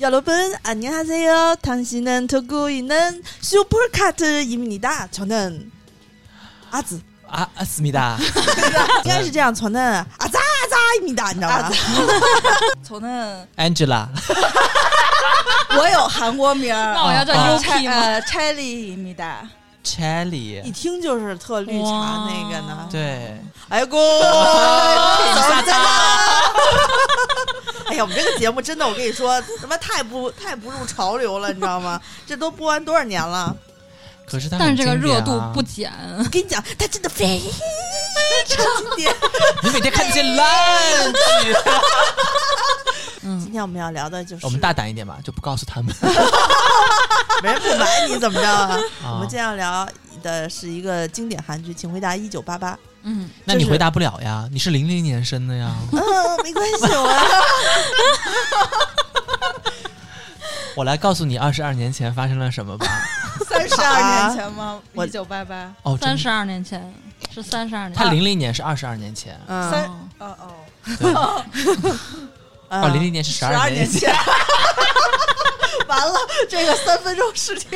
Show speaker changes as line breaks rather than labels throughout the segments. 여러분 안녕하세요. 당신은 듣고 있는 슈퍼카트입니다. 저는 아즈.
啊啊，思密达，
应该是这样，저는阿扎阿扎입니다，你知道吗？
저는
Angela，
我有韩国名儿，
那我要叫
啊
UP 吗？
呃 c h e l i 입니다
一
Chelly，
听就是特绿茶那个呢。
对，
哎呦，哥，嫂子啦！哎呀，我们这个节目真的，我跟你说，他妈太不太不入潮流了，你知道吗？这都播完多少年了？
可是他
但
很
是这
经
个
典啊，
热度不减，
我跟你讲，他真的非常经典。
你每天看这些烂剧，
今天我们要聊的就是
我们大胆一点吧，就不告诉 他们。
没人不买你怎么着啊？
啊
我们今天要聊的是一个经典韩剧《请回答一九八 八》。
嗯，
那
就
你
是
回答不了呀，你是零零年生的 呀。
嗯，没关系，我
我来告诉你二十二年前发生了什么吧。
三十二年前吗？
我
一九八八，
哦，真
三十二年前是三十二年，
他零零年是二十二年前，
啊
嗯
三哦哦，
哦，零
嗯，
零年是十
十
二
年
前。
前，
完了，这个三分钟事情。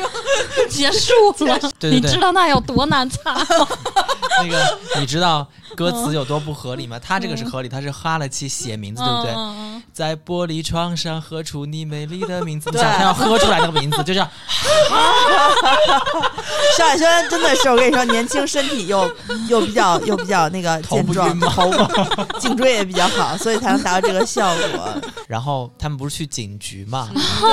结束了，
对对对
你知道那有多难擦吗？
那 个，你知道歌
嗯
词有多不合理吗？他这个是合理，他是哈了气写名字，对不对？
嗯嗯
在玻璃窗上喝出你美丽的 名字，你
对
想他要喝出来那个名字，就这样。
萧亚轩真的是，我跟你说，年轻身体 又又比较又比较那个
头
健
不
壮
晕， 头吗？
颈椎也比较好，所以才能达到这个效果。
然后他们不是去警局 嘛，
啊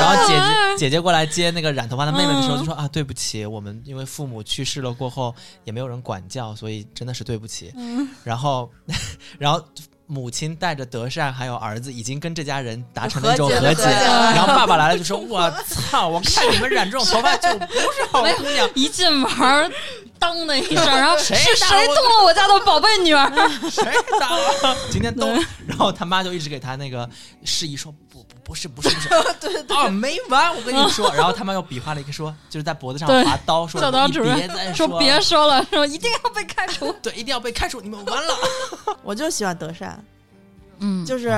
然后姐姐姐姐过来接那个染头发的妹妹的时候，就说、
嗯
啊，对不起，我们因为父母去世了过后也没有人管教，所以真的是对不起。
嗯
然后， 然后母亲带着德善还有儿子已经跟这家人达成了一种
和解
和
了
解，
对啊
然后爸爸来了就说，我操，我看你们染这种头发就不是好姑娘
嗯，一进门儿当的一声，然后
谁
是
打
谁
我
动了我家的宝贝女儿？
谁打我？今天都，然后他妈就一直给他那个示意说不不不是不是不是，对对啊没完，我跟你说，然后他妈又比划了一个说，就是在脖子上
对
划刀，说
教导
你
主
别再
任说别说了，说一定要被开除。
对，一定要被开除，你们完 了。
我就喜欢德善，
嗯，
就是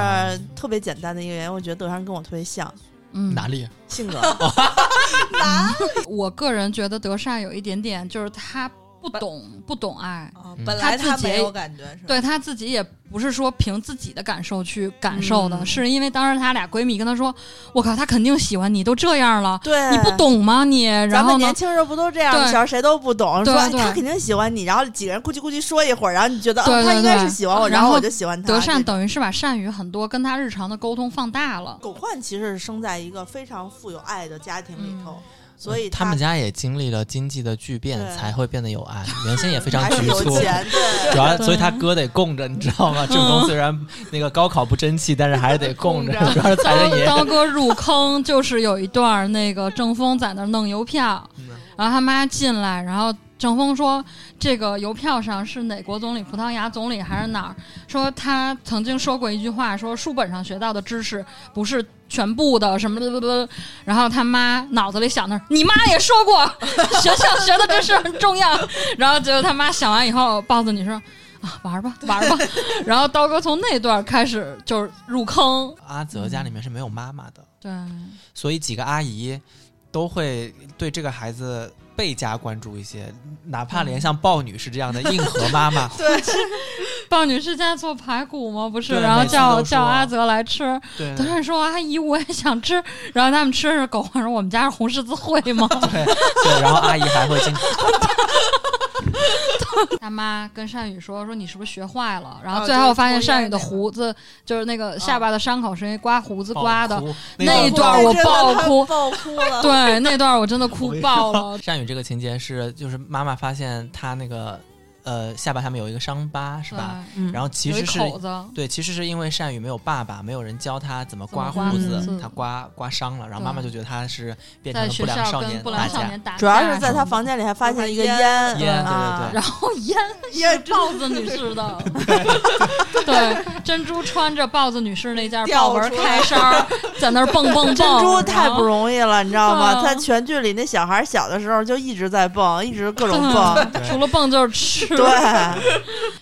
特别简单的一个原因，我觉得德善跟我特别像
嗯，
里？
性格。
我个人觉得德善有一点点，就是他不懂不懂爱，
哦
嗯
本来
他
他
自己
没有感觉是吧？
对他自己也不是说凭自己的感受去感受
嗯
的，是因为当时她俩闺蜜跟她说：“我靠，他肯定喜欢你，都这样了，
对，
你不。懂吗你？”然
咱
后
们
呢
年，轻时候不都这样？
对
小时候谁都不懂，说
对
哎
对
他肯定喜欢你，然后几个人咕叽咕叽说一会儿，然后你觉得哦
对对
他应该
对
是喜欢我，
然
然后我
后
就喜欢他。
德善
啊这种
等于是把善宇很多跟他日常的沟通放大了。
狗焕其实是生在一个非常富有爱的家庭里头，
嗯
所以
他们家也经历了经济的巨变，
对
才会变得有爱。原先也非常
还是
局
有
促。
钱，对，，
主要，
对
所以他哥得供着，你知道吗？正宗虽然那个高考不争气，但是还是得供着。主要是财神
当
爷，
刀哥入坑就是有一段儿那个郑峰在那儿弄邮票，然后他妈进来，然后郑峰说这个邮票上是哪国总理、葡萄牙总理还是哪儿？说他曾经说过一句话，说书本上学到的知识不是全部的什么的。然后他妈脑子里想的是你妈也说过， 学校学的知识很重要。然后结果他妈想完以后，豹子你说。啊，玩吧，玩吧。 然后刀哥从那段开始就是入坑，
阿泽家里面是没有妈妈的，
对，
所以几个阿姨都会对这个孩子倍加关注一些，哪怕连像豹女士这样的硬核妈妈
对，
鲍女士家做排骨吗？不是，
对
然后
每次
叫
都说嗯
叫阿泽来吃。
对
德善说：“阿姨，我也想吃。”然后他们吃着狗焕说：“我们家是红十字会吗
对对，然后阿姨还 会经常，？”
他妈跟善宇说：“说你是不是学坏了？”然后
哦
最
就
后
是
发现
抽烟
善宇的
那个
胡子就是那
哦
个下巴的伤口是因为刮胡子刮的
爆。哭
那一段我爆哭
爆哭了。
对，那段我真的哭爆了。
善宇这个情节是，就是妈妈发现他那个呃下巴下面有一个伤疤是
对，
吧？
嗯
然后其
有一
实是
口子，
对，其实是因为善宇没有爸爸，没有人教他怎么刮
怎么刮
胡
胡
子
子，
他刮刮伤了，然后
嗯对
妈妈就觉得他是变成
在
了
学
不良
校
少
跟
年
不良
打
少
架。嗯
年打 架，
主要是在他房间里还发现一个烟，
烟
啊
对对对
然后烟
烟
是豹子女士的，对，珍珠穿着豹子女士那件豹纹开衫儿，在那儿 蹦蹦蹦。
珍珠太不容易了，你知道吗？
嗯
他全剧里那小孩小的时候就一直在蹦，一直各
易
种蹦，
对
除了蹦就是吃。
对，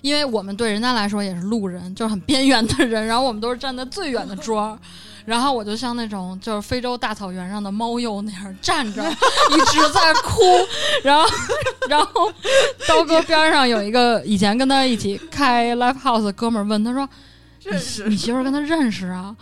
因为我们对人家来说也是路人，就是很边缘的人，然后我们都是站在最远的桌儿。然后我就像那种就是非洲大草原上的猫鼬那样站 着，一直在哭。 然后，然后刀哥边上有一个以前跟他一起开 live house 的哥们儿问他说：“
认识
你媳妇儿跟他认识啊？”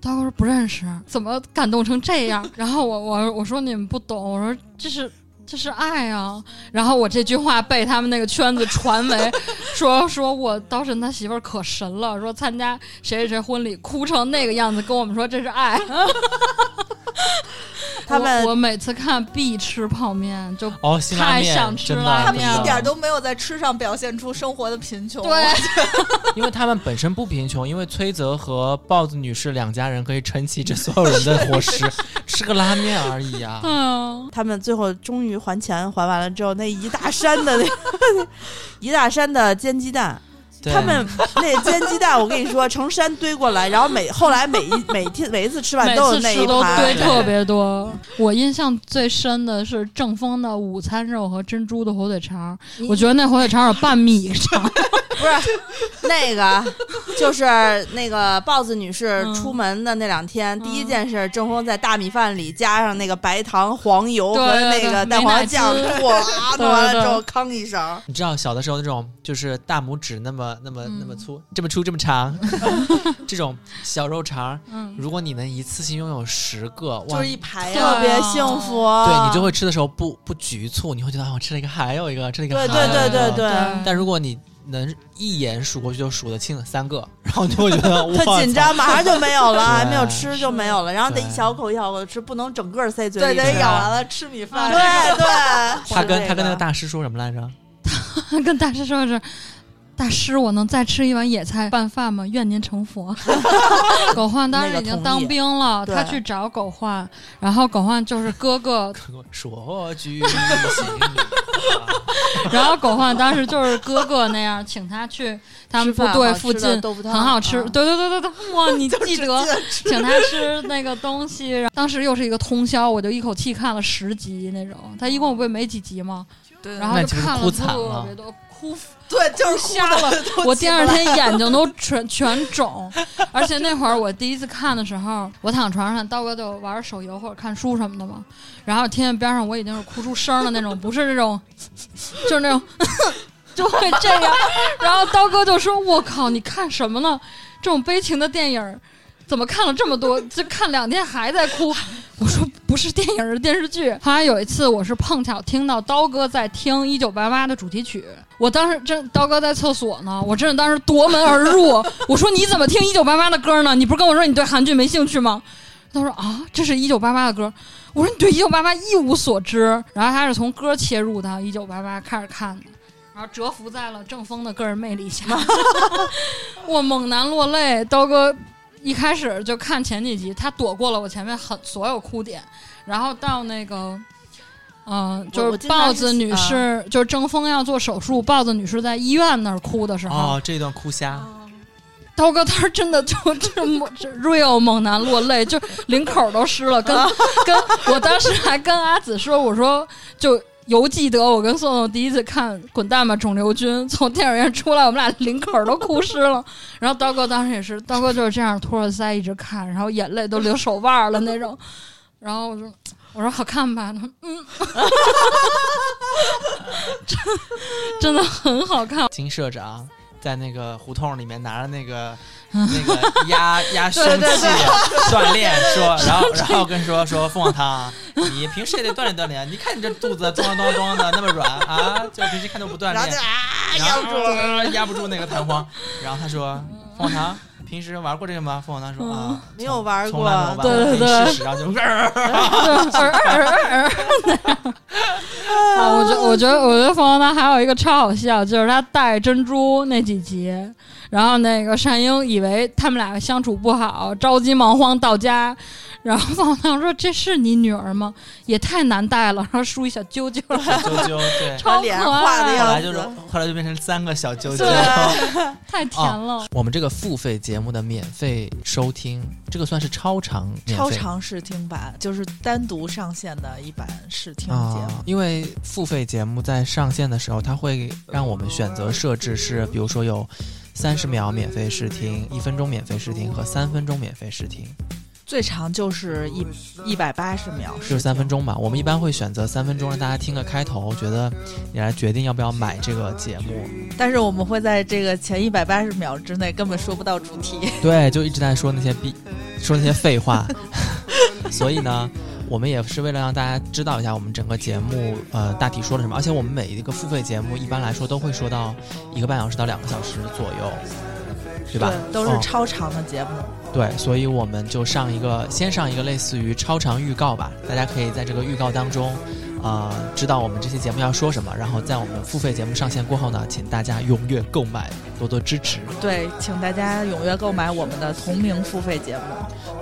刀哥说不认识，怎么感动成这样？然后我我我说你们不懂，我说这是这是爱啊。然后我这句话被他们那个圈子传为说说我刀神他媳妇儿可神了，说参加谁谁谁婚礼哭成那个样子，跟我们说这是爱。
他们
我我每次看必吃泡面，就
哦，辛拉
太
面
想吃
真的
啊
拉
真
他
的
们一点都没有在吃上表现出生活的贫穷。
对，
因为他们本身不贫穷，因为崔泽和豹子女士两家人可以撑起这所有人的 伙食，吃个拉面而已啊。
嗯，
他们最后终于还钱，还完了之后，那一大山的那 一大山的煎鸡蛋，
对
他们那煎鸡蛋，我跟你说，成山堆过来，然后每后来每一每天每一次吃饭
每
都有
次
那
吃
一
都堆
盘，
特别多。 我印象最深的是正丰的午餐肉和珍珠的火腿肠，我觉得那火腿肠有半米长。
那个就是那个豹子女士
嗯
出门的那两天，
嗯
第一件事，郑峰在大米饭里加上那个白糖、黄油
对
和
对
那个
对
蛋
美乃
黄酱，
滋
哇，
对
弄完了
对
之后吭一勺，
你知道小的时候那种就是大拇指那么那么
嗯
那么粗，这么粗这么长， 这种小肉肠儿，
嗯，
如果你能一次性拥有十个，
就
哇
是，一啊排啊
对
呀，特别幸福，
对你就会吃的时候不不局促，你会觉得啊，我吃了一个还有一个，吃了一个还
对
有一
对
个。
对对对。
但如果你能一眼数过去就数得清了三个，然后你会觉 得
特紧， 张，马上就没有了，
对
还没有吃就没有了，然后得
对
一小口一小口吃，不能整个塞嘴
对，
里。
得
是
咬
啊
完了呃吃米饭。
哦
对对，
哇他跟
是这
他跟那个大师说什么来着？
跟大师说的是。大师，我能再吃一碗野菜拌饭吗？愿您成佛。 狗焕当时已经当兵了，
那个同意
他
对
去找狗焕，然后狗焕就是哥哥，
说句心里话。
然后狗焕当时就是哥哥那样，请他去他们
吃
部
饭
队
好
附
吃
近
的豆腐汤
很好吃，
嗯
对对对对对，哇， 你记得，
得
请他吃那个东西。然后当时又是一个通宵，我就一口气看了十集那种。他一共不是没几集吗？
对
然后
那
就
其实
看
哭惨
特
了
别多，哭
对，就是哭
瞎了。
的
我第二天眼睛都全全肿，而且那会儿我第一次看的时候，我躺床上，刀哥就玩手游或者看书什么的嘛，然后听见边上我已经是哭出声儿了那种，不是那种， 就是那种 就会这样，然后刀哥就说：“我靠，你看什么呢？这种悲情的电影儿。”怎么看了这么多？就看两天还在哭。我说不是电影儿是电视剧。后来有一次，我是碰巧听到刀哥在听《一九八八》的主题曲，我当时真刀哥在厕所呢，我真的当时夺门而入。 我说你怎么听一九八八的歌呢？你不是跟我说你对韩剧没兴趣吗？他说啊，这是一九八八的歌。我说你对一九八八一无所知。然后他是从歌切入的，一九八八开始看的，然后折服在了郑峰的个人魅力下， 我猛然落泪。刀哥一开始就看前几集，他躲过了我前面很所有哭点，然后到那个。嗯、就
我
是
我记得他
豹
是
子女
啊
士是就是郑峰要做手术，豹子女士在医院那儿哭的时 候，
哦，这一段哭瞎，
刀哥当时真的就这么这 real 猛男落泪，就领口都湿了。跟跟我当时还跟阿紫说，我说就。犹记得我跟宋宋第一次看《滚蛋吧肿瘤君》，从电影院出来，我们俩领口都哭湿了。 然后刀哥当时也是，刀哥就是这样托着腮一直看，然后眼泪都流手腕了那种。然后我说：“我说好看吧？”他说：“嗯， 真真的很好看。”
金社长。在那个胡同里面拿着那 个那个压压胸器锻炼， 说，然后然后跟说说凤凰汤啊，你平时也得锻炼锻炼，啊你看你这肚子咚咚咚咚的那么软啊，就平时看都不锻
然后
炼
就，啊，
然
压
后呃
不住了。
压不住那个 弹簧。然后他说：“凤凰堂，平时玩过这个吗？”凤凰堂说：“啊，
没有嗯玩
从
过
来没有玩过，
对对
可以
对
试试。”然后就
啊，我觉我觉得我觉得冯小刚还有一个超好笑，就是他戴珍珠那几集，然后那个单英以为他们俩相处不好，着急忙慌到家，然后冯小刚说：“这是你女儿吗？也太难戴了。”然后梳一小揪揪，
啾啾对。
超可
脸上画的
后
呀
爱，
来就是，后来就变成三个小啾啾。
啊
对
太甜了。
我们这个付费节目的免费收听，这个算是超长免
超
费
长试听版就是单独上线的一版试听节目
啊，。因为付费节目在上线的时候，它会让我们选择设置是，比如说有三十秒免费试听、一分钟免费试听和三分钟免费试听。
最长就是一一百八十秒，
就是三分钟吧。我们一般会选择三分钟，让大家听个开头，觉得你来决定要不要买这个节目。
但是我们会在这个前一百八十秒之内根本说不到主题。
对，就一直在说那些逼，说那些废话。 所以呢，我们也是为了让大家知道一下我们整个节目呃大体说了什么，而且我们每一个付费节目一般来说都会说到一个半小时到两个小时左右，对吧？
都是
嗯
超长的节目。
对，所以我们就上一个，先上一个类似于超长预告吧，大家可以在这个预告当中，啊、知道我们这期节目要说什么，然后在我们付费节目上线过后呢，请大家踊跃购买，多多支持。
对，请大家踊跃购买我们的同名付费节目。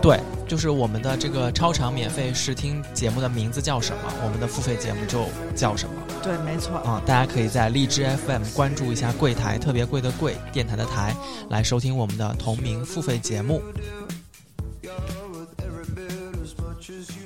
对，就是我们的这个超长免费试听节目的名字叫什么，我们的付费节目就叫什么
对，没错。
啊、大家可以在荔枝 FM 关注一下柜台，特别贵的贵电台的台，来收听我们的同名付费节目。
You're worth every bit as much as you